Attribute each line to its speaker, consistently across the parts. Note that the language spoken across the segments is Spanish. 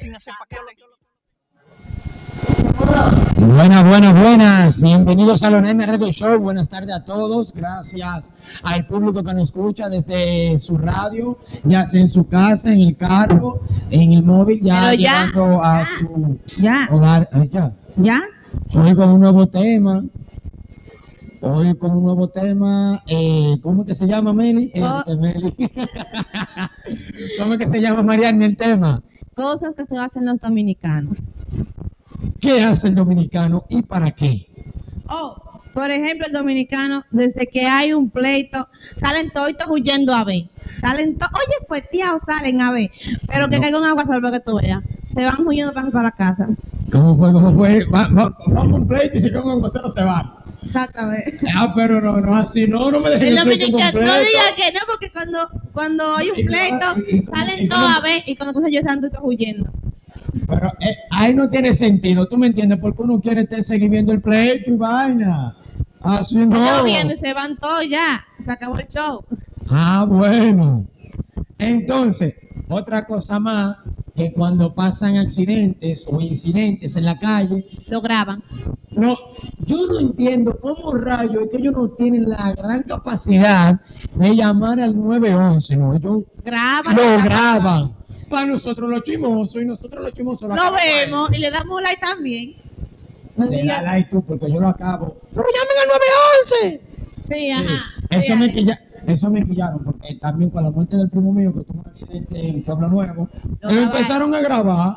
Speaker 1: sin hacer
Speaker 2: Buenas, buenas, buenas. Bienvenidos a Lonel Radio Show. Buenas tardes a todos. Gracias al público que nos escucha desde su radio, ya sea en su casa, en el carro, en el móvil, ya,
Speaker 3: Pero ya, Ah,
Speaker 2: llegando a su
Speaker 3: Ya,
Speaker 2: hogar. Ay, ya.
Speaker 3: ya.
Speaker 2: Hoy con un nuevo tema. Hoy con un nuevo tema. eh, ¿Cómo que se llama, Meli? Eh,
Speaker 3: Oh.
Speaker 2: Meli. ¿Cómo que se llama, Mariana, el tema?
Speaker 3: Cosas que se hacen los dominicanos.
Speaker 2: ¿Qué hace el dominicano y para qué?
Speaker 3: Oh, por ejemplo, el dominicano, desde que hay un pleito, salen todos huyendo a ver. Salen todos, oye, fue tía o salen a ver. Pero que caiga un agua salva que tú veas. Se van huyendo para, para la casa.
Speaker 2: ¿Cómo fue? ¿Cómo fue? Va- va- vamos a un pleito y si como un vocero se va.
Speaker 3: Exactamente.
Speaker 2: Ah, pero no, no, así no, no me dejes
Speaker 3: El
Speaker 2: el pleito
Speaker 3: dominicano, no
Speaker 2: completo.
Speaker 3: diga que no, porque cuando, cuando hay un pleito, salen todos a ver y cuando cosas yo están todos huyendo.
Speaker 2: Pero eh, ahí no tiene sentido, ¿tú me entiendes? Porque uno quiere estar seguir viendo el pleito y vaina. Así no.
Speaker 3: Yo viendo y se van todos ya. Se acabó el show.
Speaker 2: Ah, bueno. Entonces, otra cosa más, que cuando pasan accidentes o incidentes en la calle,
Speaker 3: Lo graban.
Speaker 2: no, yo no entiendo cómo rayos es que ellos no tienen la gran capacidad de llamar al 911, no, ellos
Speaker 3: Graban.
Speaker 2: lo graban. Para nosotros los chimosos y nosotros los chimosos lo
Speaker 3: Lo
Speaker 2: acabamos.
Speaker 3: vemos y le damos like también. No
Speaker 2: Le da
Speaker 3: diga-
Speaker 2: like tú porque yo lo acabo. Pero llamen al 911.
Speaker 3: Sí, ajá.
Speaker 2: Sí, Eso,
Speaker 3: sí,
Speaker 2: me
Speaker 3: ahí.
Speaker 2: quilla- eso me quillaron, porque también con la muerte del primo mío que tuvo un accidente en Pueblo Nuevo,
Speaker 3: Lo
Speaker 2: ellos
Speaker 3: grabaron.
Speaker 2: empezaron a grabar.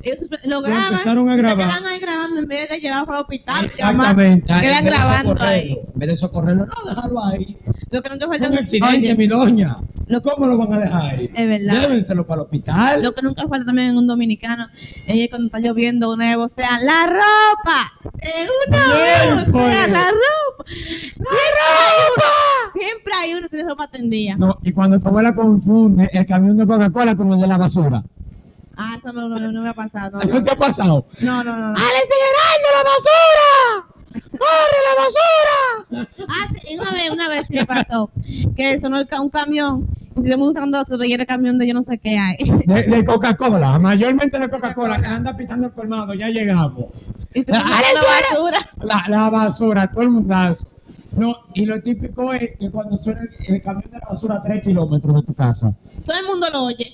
Speaker 3: Ellos sufren- lo graban.
Speaker 2: empezaron a
Speaker 3: se
Speaker 2: grabar.
Speaker 3: quedan ahí grabando en vez de llevarlo para el hospital.
Speaker 2: Exactamente.
Speaker 3: llaman,
Speaker 2: en
Speaker 3: Ah, Quedan
Speaker 2: vez de
Speaker 3: grabando
Speaker 2: socorrerlo,
Speaker 3: ahí.
Speaker 2: En vez de socorrerlo, no, dejarlo ahí.
Speaker 3: Lo que nunca
Speaker 2: Fue
Speaker 3: falta
Speaker 2: un accidente,
Speaker 3: Oye,
Speaker 2: mi doña.
Speaker 3: lo-
Speaker 2: ¿Cómo lo van a dejar ahí?
Speaker 3: Es verdad.
Speaker 2: Llévenselo para el hospital.
Speaker 3: Lo que nunca falta también en un dominicano es cuando está lloviendo una o sea, la ropa de una
Speaker 2: Bien,
Speaker 3: o sea,
Speaker 2: coño.
Speaker 3: la ropa, la ropa. Siempre hay uno que tiene ropa tendida.
Speaker 2: No, y cuando tu abuela confunde el camión de Coca-Cola con el de la basura.
Speaker 3: Ah, eso no, no- no me ha pasado.
Speaker 2: ¿A
Speaker 3: No,
Speaker 2: ti ¿No
Speaker 3: no,
Speaker 2: te ha pasado?
Speaker 3: no, no, no.
Speaker 2: ¡Alex Geraldo, la basura! ¡Corre la basura!
Speaker 3: Ah, sí, una vez, una vez sí me pasó que sonó el ca- un camión y se usando otro y era el camión de yo no sé qué hay.
Speaker 2: De, de Coca-Cola, mayormente de Coca-Cola, que anda pitando el colmado, ya llegamos.
Speaker 3: Y tú
Speaker 2: Ah,
Speaker 3: tirando
Speaker 2: eso
Speaker 3: basura.
Speaker 2: La, la basura, todo el mundazo. No, y lo típico es que cuando suena el, el camión de la basura a 3 kilómetros de tu casa,
Speaker 3: Todo el mundo lo oye,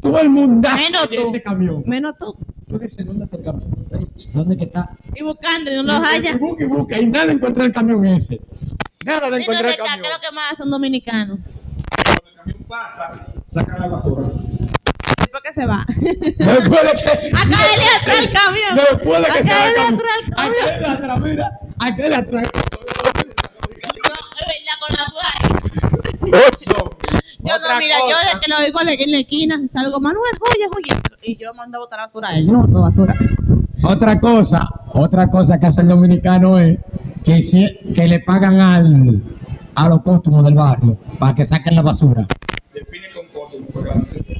Speaker 2: todo el mundazo
Speaker 3: Menos
Speaker 2: de
Speaker 3: tú.
Speaker 2: ese camión.
Speaker 3: menos tú.
Speaker 2: Yo que sé, ¿dónde está el camión? ¿Dónde que está?
Speaker 3: Y buscando y no los
Speaker 2: Y- y
Speaker 3: haya.
Speaker 2: busca y busca, y nada encontré el camión ese. Nada de
Speaker 3: Sí, no,
Speaker 2: encontrar el
Speaker 3: verdad, que lo
Speaker 2: camión.
Speaker 3: que más son dominicanos.
Speaker 4: saca la basura.
Speaker 3: ¿Por qué se va?
Speaker 2: Después de que...
Speaker 3: A caerle atrás el camión.
Speaker 2: Después de
Speaker 3: A
Speaker 2: que se Ah.
Speaker 3: caerle
Speaker 2: va el
Speaker 3: atrás
Speaker 2: camión.
Speaker 3: el camión.
Speaker 2: Aquel atrás, mira. Aquel atrás.
Speaker 3: No, es verdad, con la suave. Yo
Speaker 2: Otra
Speaker 3: no, mira, yo
Speaker 2: cosa.
Speaker 3: desde que lo oigo en la- en la esquina, salgo, Manuel, oye, oye. Y yo mando a botar basura a él, yo no boto basura.
Speaker 2: Otra cosa, otra cosa que hace el dominicano es que, si- que le pagan al, a los costumos del barrio para que saquen la basura.
Speaker 4: Define con código, porque antes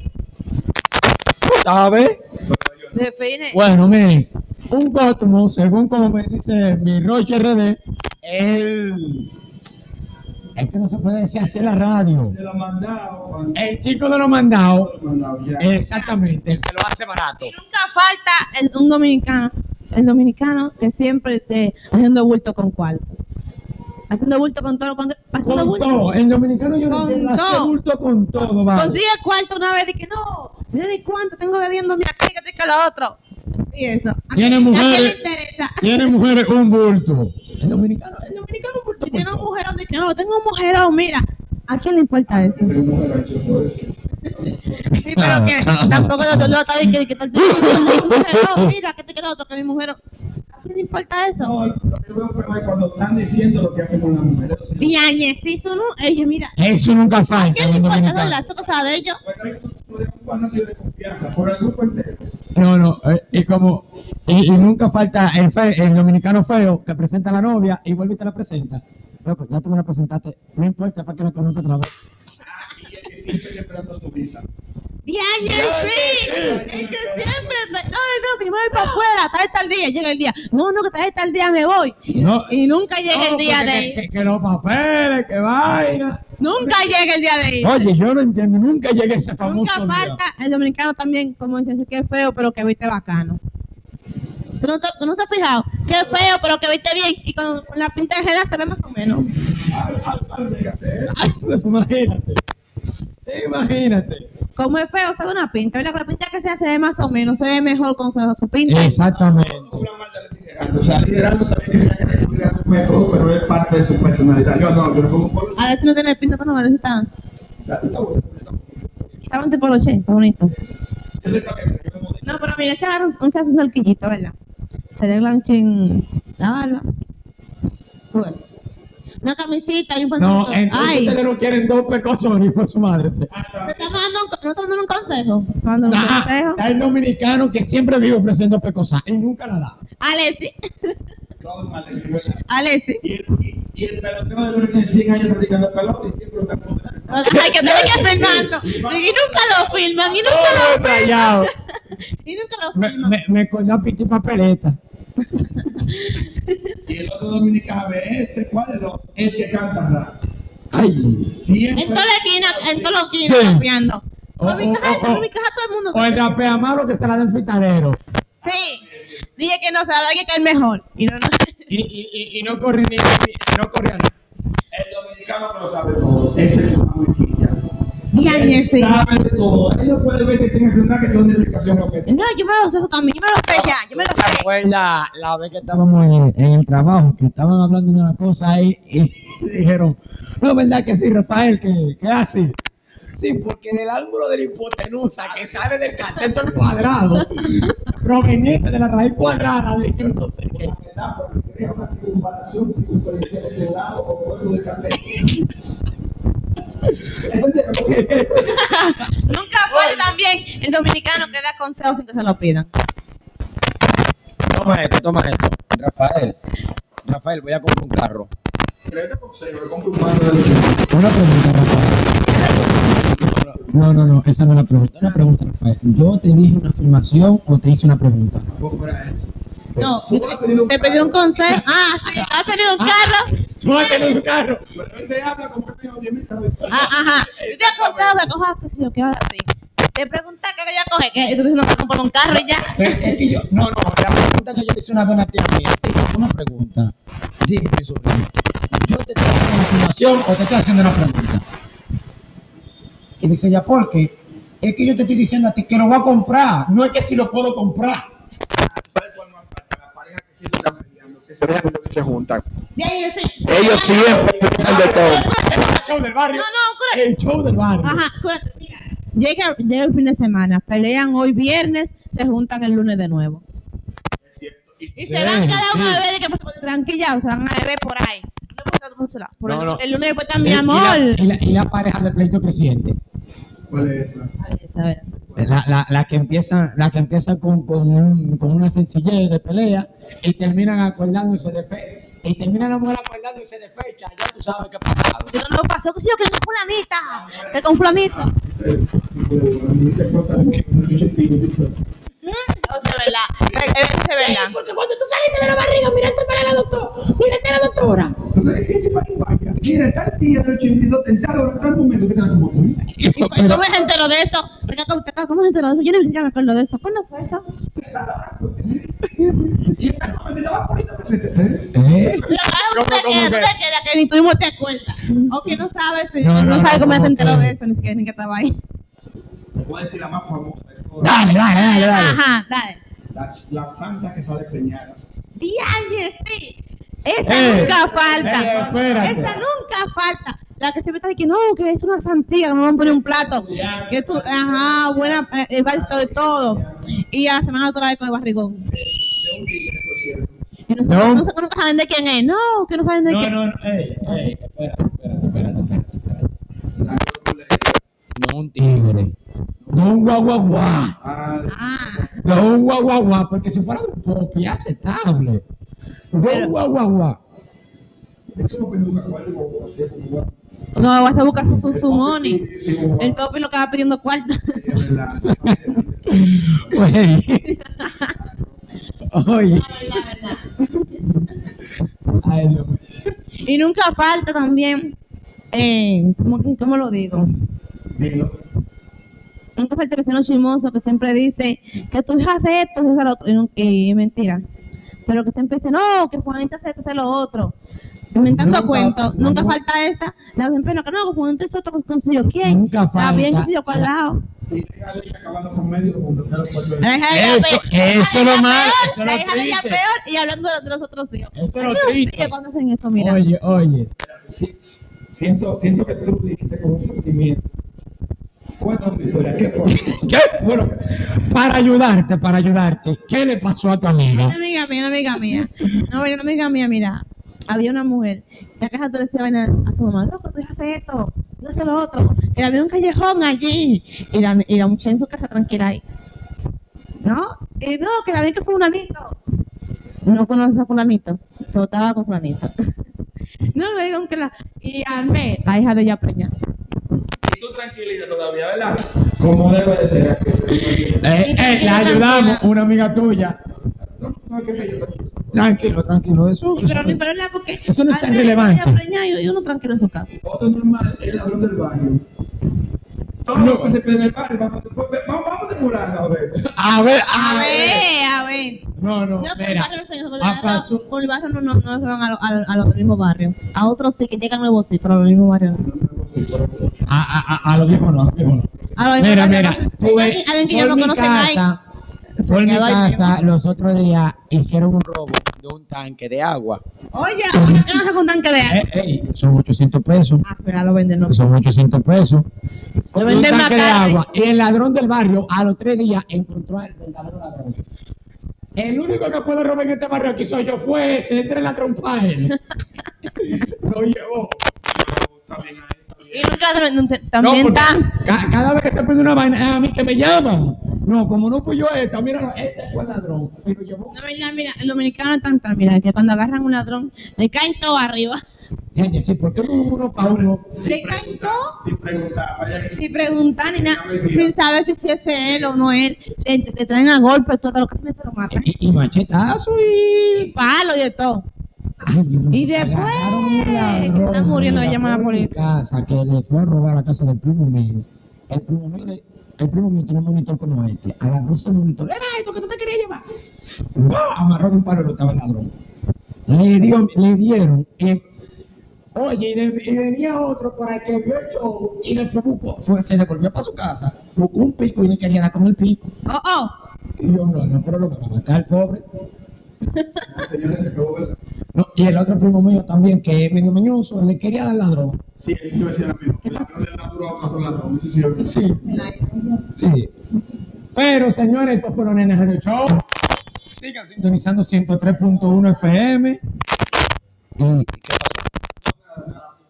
Speaker 2: ¿Sabes?
Speaker 3: Define.
Speaker 2: Bueno, miren, un costumo, según como me dice mi Roche RD, el... Es que no se puede decir así en la radio.
Speaker 4: te lo mandado,
Speaker 2: El chico de los mandados,
Speaker 4: mandado ya.
Speaker 2: exactamente, el que lo hace barato.
Speaker 3: Y nunca falta el- un dominicano, el dominicano que siempre esté haciendo bulto con cuarto. Haciendo bulto con todo, con, haciendo
Speaker 2: Con
Speaker 3: bulto.
Speaker 2: todo, el dominicano yo no
Speaker 3: Con
Speaker 2: entiendo, hace
Speaker 3: todo.
Speaker 2: bulto con todo, vale.
Speaker 3: Consigue cuarto una vez y que no, mira ni cuánto tengo bebiendo mi aquí, que tengo lo otro. Y eso.
Speaker 2: Tiene
Speaker 3: ¿A quién- ¿A quién le
Speaker 2: mujeres.
Speaker 3: interesa?
Speaker 2: Tiene mujeres un bulto. El dominicano, el dominicano un bulto.
Speaker 3: Si
Speaker 2: con
Speaker 3: tiene un
Speaker 2: todo.
Speaker 3: mujerón, dice que no, tengo un mujerón, mira. ¿A quién le importa eso?
Speaker 4: Pero mujer ha hecho todo eso.
Speaker 3: Sí,
Speaker 2: Ah.
Speaker 3: pero que tampoco lo lo está bien que que tal mujerón, mira, que te quiero otro, que mi mujerón. ¿A quién le importa eso?
Speaker 4: No, lo que veo fue cuando están diciendo lo que hacen con las mujeres. Entonces,
Speaker 3: Diane, sí, eso no, ella mira.
Speaker 2: Eso nunca falta
Speaker 3: ¿Qué
Speaker 2: en
Speaker 3: le
Speaker 2: el
Speaker 3: importa? Eso
Speaker 2: dominicano.
Speaker 3: es la cosa de ellos.
Speaker 4: bueno, pues, hay un- un un fanático de confianza por el grupo entero.
Speaker 2: No, no, eh, y como, y, y nunca falta el, fe- el dominicano feo que presenta a la novia y vuelve y te la presenta. No, pues ya tú me la presentaste, no importa, para que la conozca otra vez.
Speaker 4: Y el que siempre está esperando su visa.
Speaker 2: eh,
Speaker 3: Diane, sí. Es que siempre. me- No, no, mi yo me voy para afuera, tal tal día, llega el día. No, no, que tal tal día me voy.
Speaker 2: No,
Speaker 3: Y nunca llega el
Speaker 2: no,
Speaker 3: día
Speaker 2: porque
Speaker 3: de
Speaker 2: que,
Speaker 3: ir.
Speaker 2: que- que los papeles, que vaina.
Speaker 3: Nunca llega el día de ir.
Speaker 2: Oye, yo no entiendo, nunca llegué a ese
Speaker 3: Nunca
Speaker 2: famoso día.
Speaker 3: falta el dominicano también, como dice, así, que feo, pero que viste bacano. ¿Tú no, te, tú no te has fijado? Qué feo, pero que viste bien. Y con con la pinta de jeda se ve más o menos.
Speaker 2: Imagínate. Imagínate.
Speaker 3: Como es feo, se da una pinta. ¿verdad? Con la pinta que sea se ve más o menos. Se ve mejor con con su pinta.
Speaker 2: Exactamente.
Speaker 4: Una maldad es liderazgo. O sea, liderazgo también tendría que descubrir su método, pero es parte de su personalidad. Yo no, yo lo pongo por.
Speaker 3: A ver si no tiene pinta, tú no mereces tan.
Speaker 4: Está está bueno. está bueno.
Speaker 3: Está 20 por 80, bonito.
Speaker 4: Yo sé también, yo como
Speaker 3: No, pero mira, este agarra un, un su cerquillito, ¿verdad? Se arregla un chin. La barba. Tú ves. Una camisita y un pantalón.
Speaker 2: No, entonces
Speaker 3: Ay,
Speaker 2: ustedes no quieren dos pecosones por su madre. sí.
Speaker 3: ¿me estás dando un, no estás dando un consejo? ¿Estás dando un
Speaker 2: Ajá,
Speaker 3: consejo?
Speaker 2: Está el dominicano que siempre vive ofreciendo pecosas y nunca la da.
Speaker 3: Alexi,
Speaker 4: todo mal decirlo.
Speaker 3: Alexi.
Speaker 4: Y el, y, y el pelotero de Luis tiene 100 años practicando pelota y siempre lo está condenando.
Speaker 3: Ay, que te venga Fernando. Y nunca lo filman, y
Speaker 2: Todo
Speaker 3: nunca lo filman.
Speaker 2: detallado.
Speaker 3: Y nunca lo
Speaker 2: Oh, Me,
Speaker 3: filman.
Speaker 2: me, me colgó a piti papeleta.
Speaker 4: Y el otro dominicano, ese, ¿cuál es lo? El que canta rap.
Speaker 2: Ay.
Speaker 4: Siempre.
Speaker 3: En toda la esquina, en toda la esquina,
Speaker 2: Sí.
Speaker 3: campeando.
Speaker 2: O-
Speaker 3: Por mi
Speaker 2: o-
Speaker 3: caja,
Speaker 2: o-
Speaker 3: por
Speaker 2: o-
Speaker 3: mi caja este, todo el mundo.
Speaker 2: O el rapeamaro que se la da en fritadero.
Speaker 3: Sí. Dije que no, se la doy que es el mejor. Y no, no.
Speaker 2: Y, y, y, y no corre ni, ni- no corre a nada.
Speaker 4: El dominicano que lo sabe todo. Es el que más me quilla.
Speaker 3: Diane,
Speaker 4: Él
Speaker 3: sí.
Speaker 4: sabe de todo. Él no puede ver que tiene que una que tiene una explicación completa.
Speaker 3: No, yo me lo sé eso también, yo me lo sé ya, yo me lo
Speaker 2: ¿Te
Speaker 3: sé.
Speaker 2: acuerdas la vez que estábamos en, en el trabajo, que estaban hablando de una cosa ahí y dijeron, no, ¿verdad que sí, Rafael? que que así? Sí, porque del ángulo de la hipotenusa que sale del cateto al cuadrado, proveniente de la raíz cuadrada de yo no sé qué.
Speaker 4: ¿Verdad? Porque crea una circunvalación circunferencial de este lado o por otro del café. ¿Entendés?
Speaker 3: Nunca falta también el dominicano que da consejos sin que se lo pidan.
Speaker 4: Pues,
Speaker 1: Toma esto, toma esto. Rafael, Rafael, voy a comprar un carro.
Speaker 4: Creo que consejo, le compro un mando de los
Speaker 2: Una pregunta, Rafael. No, no, no, esa no es la pregunta. Una pregunta, Rafael. ¿Yo te dije una afirmación o te hice una pregunta?
Speaker 4: ¿Cómo era eso?
Speaker 3: No,
Speaker 4: Tú has tenido un
Speaker 3: te pedí un consejo. Ah, sí, has tenido un carro.
Speaker 2: Tú vas a tener un carro.
Speaker 4: Pero él te habla como que tengo 10 mil cabezas.
Speaker 3: Ah, ajá. Yo te he contado que cojas que sí, o que vas a decir. Te preguntas qué voy a coger, que tú dices no voy a comprar un carro y ya.
Speaker 1: Es que yo- no, no, la pregunta que yo le hice una vez a una tía mía. Tía, una pregunta. Dime, mi sobrino. ¿Yo te estoy haciendo una afirmación o te estoy haciendo una pregunta? Y dice ella, ¿por qué? Es que yo te estoy diciendo a ti que lo voy a comprar. No es que si lo puedo comprar.
Speaker 4: ¿Cuál cuál más falta? La pareja que siempre está peleando, que se dejan que se juntan.
Speaker 3: De ahí yo sí.
Speaker 5: Ellos siempre piensan de todo.
Speaker 2: El show del barrio.
Speaker 3: No, no, cura.
Speaker 2: El show del barrio.
Speaker 3: Ajá, cura. Mira, llega, llega el fin de semana, pelean hoy viernes, se juntan el lunes de nuevo.
Speaker 4: Es cierto. Y
Speaker 3: Y
Speaker 2: Sí,
Speaker 3: se van cada uno
Speaker 2: sí.
Speaker 3: a beber de que pues, tranquillados, se van a beber por ahí. No, por otro, por otro lado. Por
Speaker 2: No,
Speaker 3: el,
Speaker 2: no. Eh,
Speaker 3: el lunes después está mi
Speaker 2: Y- y
Speaker 3: amor.
Speaker 2: la- Y la, y la pareja de pleito creciente.
Speaker 4: ¿Cuál es esa?
Speaker 3: Vale, esa
Speaker 2: Eh,
Speaker 3: era.
Speaker 2: La, la, la que empieza, la que empieza con, con, un- con una sencillez de pelea y terminan acordándose de fecha. Y terminan la mujer acordándose de fecha. Ya tú sabes qué ha pasado.
Speaker 3: Yo no me pasó que si yo que con fulanita, que con fulanito. O sea, verdad. Eh, eh, Eso es verdad.
Speaker 2: Porque cuando tú saliste de la barriga, mírate para la doctora. Mírate a la doctora.
Speaker 4: Mira, está el día del 82, tentado, está el momento que está como, uy,
Speaker 3: ¿Y cu- ¿Cómo se enteró de eso? Teca, teca, teca, ¿Cómo se enteró de eso? Yo ni siquiera me acuerdo de eso. ¿Cuándo fue eso?
Speaker 4: y está como, te estaba poniendo presente. ¿Eh?
Speaker 2: ¿Eh?
Speaker 3: Pero ah,
Speaker 2: ¿Cómo,
Speaker 3: usted
Speaker 2: cómo
Speaker 3: queda,
Speaker 2: que?
Speaker 3: usted queda, que ni tú mismo te acuerdas. O que no sabes, sí,
Speaker 2: No,
Speaker 3: no,
Speaker 2: no,
Speaker 3: sabe
Speaker 2: no,
Speaker 3: cómo se
Speaker 2: ¿cómo
Speaker 3: enteró
Speaker 2: que?
Speaker 3: de eso, ni siquiera ni que estaba ahí.
Speaker 4: Te voy a decir la más famosa de todas.
Speaker 2: Dale, dale, dale, dale.
Speaker 3: Ajá, dale.
Speaker 4: La, la santa que sale preñada.
Speaker 3: Diaye, sí. Esa
Speaker 2: Eh,
Speaker 3: nunca
Speaker 2: eh,
Speaker 3: falta.
Speaker 2: espérate.
Speaker 3: Esa nunca falta. La que se mete de que no, que es una santía, que no van a poner un plato. Que tú, ajá, buena, eh, eh, va todo, todo. Y a la semana otra vez con el barrigón.
Speaker 4: De un tigre, por cierto.
Speaker 3: Y no,
Speaker 2: No.
Speaker 3: no. sé nunca saben de quién es. No, que no saben de quién.
Speaker 2: no, no. Ey, ey, espérate, espérate, espérate, espérate.
Speaker 4: Salió con la-
Speaker 1: No un tigre.
Speaker 2: Don guaguaguá.
Speaker 4: Ah,
Speaker 3: Ah,
Speaker 2: No, un guaguaguá, porque si fuera un popi aceptable.
Speaker 3: Pero-
Speaker 2: Un guaguaguá.
Speaker 4: es como peluca, ¿cuál es? Como así, como guapo.
Speaker 3: no, vas a buscar su, su, su money.
Speaker 4: Sí, como guapo.
Speaker 3: El topi lo que va pidiendo cuarto.
Speaker 4: Sí, es verdad.
Speaker 2: Güey. Oye,
Speaker 3: La verdad.
Speaker 2: ay, Dios mío.
Speaker 3: Y nunca falta también, eh, ¿cómo, que- cómo lo digo?
Speaker 4: Dilo.
Speaker 3: Nunca falta el vecino chismoso que siempre dice que tu hija hace esto, hace lo otro. Y, nunca- y es mentira. Pero que siempre dice, no, que Juanita hace esto, hace lo otro. Inventando
Speaker 2: Nunca-
Speaker 3: cuentos. Nunca
Speaker 2: nunca-
Speaker 3: falta esa. La siempre no, que no, que Juanita es otro, con si yo quién.
Speaker 2: Nunca
Speaker 3: Está bien,
Speaker 2: falta.
Speaker 3: con si yo cuál lado.
Speaker 4: Y regalo y acabando con medio como que tal, cuatro de-
Speaker 3: La hija de ella
Speaker 2: Eso-
Speaker 3: peor, la
Speaker 2: eso
Speaker 3: hija de
Speaker 2: lo
Speaker 3: ella
Speaker 2: más-
Speaker 3: peor,
Speaker 2: eso
Speaker 3: La
Speaker 2: lo
Speaker 3: hija de ella
Speaker 2: triste.
Speaker 3: peor y hablando de los otros hijos.
Speaker 2: Eso es
Speaker 3: Ay,
Speaker 2: lo
Speaker 3: me
Speaker 2: triste.
Speaker 3: ofende cuando hacen eso, mira.
Speaker 2: Oye, oye.
Speaker 4: Si- Siento, siento que tú dijiste con un sentimiento. Cuéntame tu historia, ¿qué fue?
Speaker 2: ¿Qué? Bueno, para ayudarte, para ayudarte, ¿qué le pasó a tu amiga?
Speaker 3: Una amiga mía, una amiga mía. No, era una amiga mía, mira. Había una mujer que a casa le decía vaina a su mamá, loco, tú haces esto, tú haces lo otro. Que había un callejón allí. Y la, y la muchacha en su casa tranquila ahí. ¿No? Y no, que la vi que fue fulanito. No conoces a fulanito, pero estaba con fulanito. no, le digo que la... Y armé la hija de ella preñada.
Speaker 4: Y tú tranquilita todavía, ¿verdad? Como debe de ser. aquí se-
Speaker 2: Eh, eh, le ayudamos, una amiga tuya.
Speaker 4: No, qué bello.
Speaker 2: Tranquilo, tranquilo, eso. eso-
Speaker 3: Pero ni pero la porque...
Speaker 2: Eso no es tan
Speaker 3: armé la hija de ella
Speaker 2: relevante.
Speaker 3: preñada Y y uno tranquilo en su casa.
Speaker 4: Otro normal es el ladrón del barrio. Todo lo que se pide en el barrio, vamos, vamos, vamos de mulata, a ver.
Speaker 2: A ver, a
Speaker 3: A
Speaker 2: ver.
Speaker 3: ver, a ver.
Speaker 2: No, no,
Speaker 3: No, pero el
Speaker 2: mira. Ah,
Speaker 3: barrio no se- por el
Speaker 2: a
Speaker 3: barrio-
Speaker 2: paso-
Speaker 3: por el barrio no, no, no se van al, al, al otro mismo barrio. A otros sí que llegan nuevos sí, pero al mismo barrio. no.
Speaker 2: A, a, a, a lo viejo no, a lo viejo no.
Speaker 3: A los
Speaker 2: Mira,
Speaker 3: mismos barrios
Speaker 2: mira,
Speaker 3: no se-
Speaker 2: tú
Speaker 3: alguien-
Speaker 2: ves,
Speaker 3: alguien que yo
Speaker 2: por
Speaker 3: no
Speaker 2: mi
Speaker 3: conozco
Speaker 2: casa, por mi
Speaker 3: Soñador, tío.
Speaker 2: casa, los otros días hicieron un robo.
Speaker 1: de un tanque de agua.
Speaker 3: Oye, ahora que vas a contar que de
Speaker 2: Eh, ey, son 800 pesos.
Speaker 3: Ah, espera, lo venden, no.
Speaker 2: Son 800 pesos.
Speaker 3: Lo
Speaker 2: Un
Speaker 3: venden más
Speaker 2: tanque de
Speaker 3: caro. ¿eh?
Speaker 2: agua. Y el ladrón del barrio a los tres días encontró al verdadero ladrón. El único que puede robar en este barrio aquí soy yo fue ese, entre la trompa a él. Lo llevó.
Speaker 3: Y nunca te venden- te- también
Speaker 2: No, porque
Speaker 3: está.
Speaker 2: ca- cada vez que se prende una vaina, a mí que me llaman. No, como no fui yo esta, mira, no, este fue el ladrón. Y lo llevó.
Speaker 3: No, mira, mira, el dominicano es tan tal, mira, que cuando agarran un ladrón, le caen todo arriba.
Speaker 2: Gente, sí, ¿por qué no hubo uno para uno?
Speaker 3: Le caen todo.
Speaker 4: Sin preguntar, vaya que
Speaker 3: sin preguntar ni nada, sin saber si, si es él o no es él, le, le traen a golpe, todo lo que se te lo matan.
Speaker 2: Y, y machetazo
Speaker 3: Y
Speaker 2: y.
Speaker 3: palo y de todo.
Speaker 2: Ay, Dios mío,
Speaker 3: Y después,
Speaker 2: agarraron un ladrón,
Speaker 3: que está muriendo, le
Speaker 2: mira,
Speaker 3: llama la
Speaker 2: por mi
Speaker 3: policía.
Speaker 2: Casa, que le fue a robar la casa del primo mío. El primo mío, le- el primo mío tiene un monitor como este. Agarró ese monitor. ¡Era esto que tú te querías llevar! ¡Bah! Amarró de un palo y lo estaba el ladrón. Le, dio, le dieron. eh, Oye, y, de- y venía otro por ahí que vio el show y le provocó. Fue, se devolvió para su casa, buscó un pico y le quería dar con el pico.
Speaker 3: Oh, oh.
Speaker 2: Y yo, no, no, pero lo que va a matar, pobre.
Speaker 4: la señora se acabó, ¿verdad?
Speaker 2: No, y el otro primo mío también, que es medio mañoso, le quería dar ladrón.
Speaker 4: Sí, eso yo decía lo mismo. El ladrón del ladrón a otro ladrón. Eso sí, yo-
Speaker 2: Sí.
Speaker 3: oh.
Speaker 2: Sí. Pero, señores, estos fueron en el Radio Show. Sigan sintonizando 103.1 FM. Mm,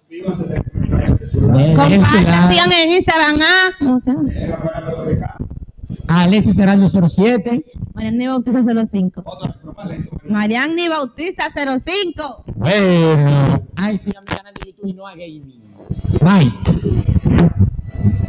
Speaker 4: Vivas en el- vaya que se la-
Speaker 3: Compartan,
Speaker 2: Dense
Speaker 3: sigan en Instagram ¿ah? a ¿cómo se llama?
Speaker 4: Era para lo de acá.
Speaker 2: Alexis Serrano 07.
Speaker 3: Marianne Bautista 05.
Speaker 4: Otra vez, pero más lento.
Speaker 3: Marianne Bautista 05.
Speaker 2: Bueno. Ay, sigan mi canal de YouTube y no a gaming. Bye.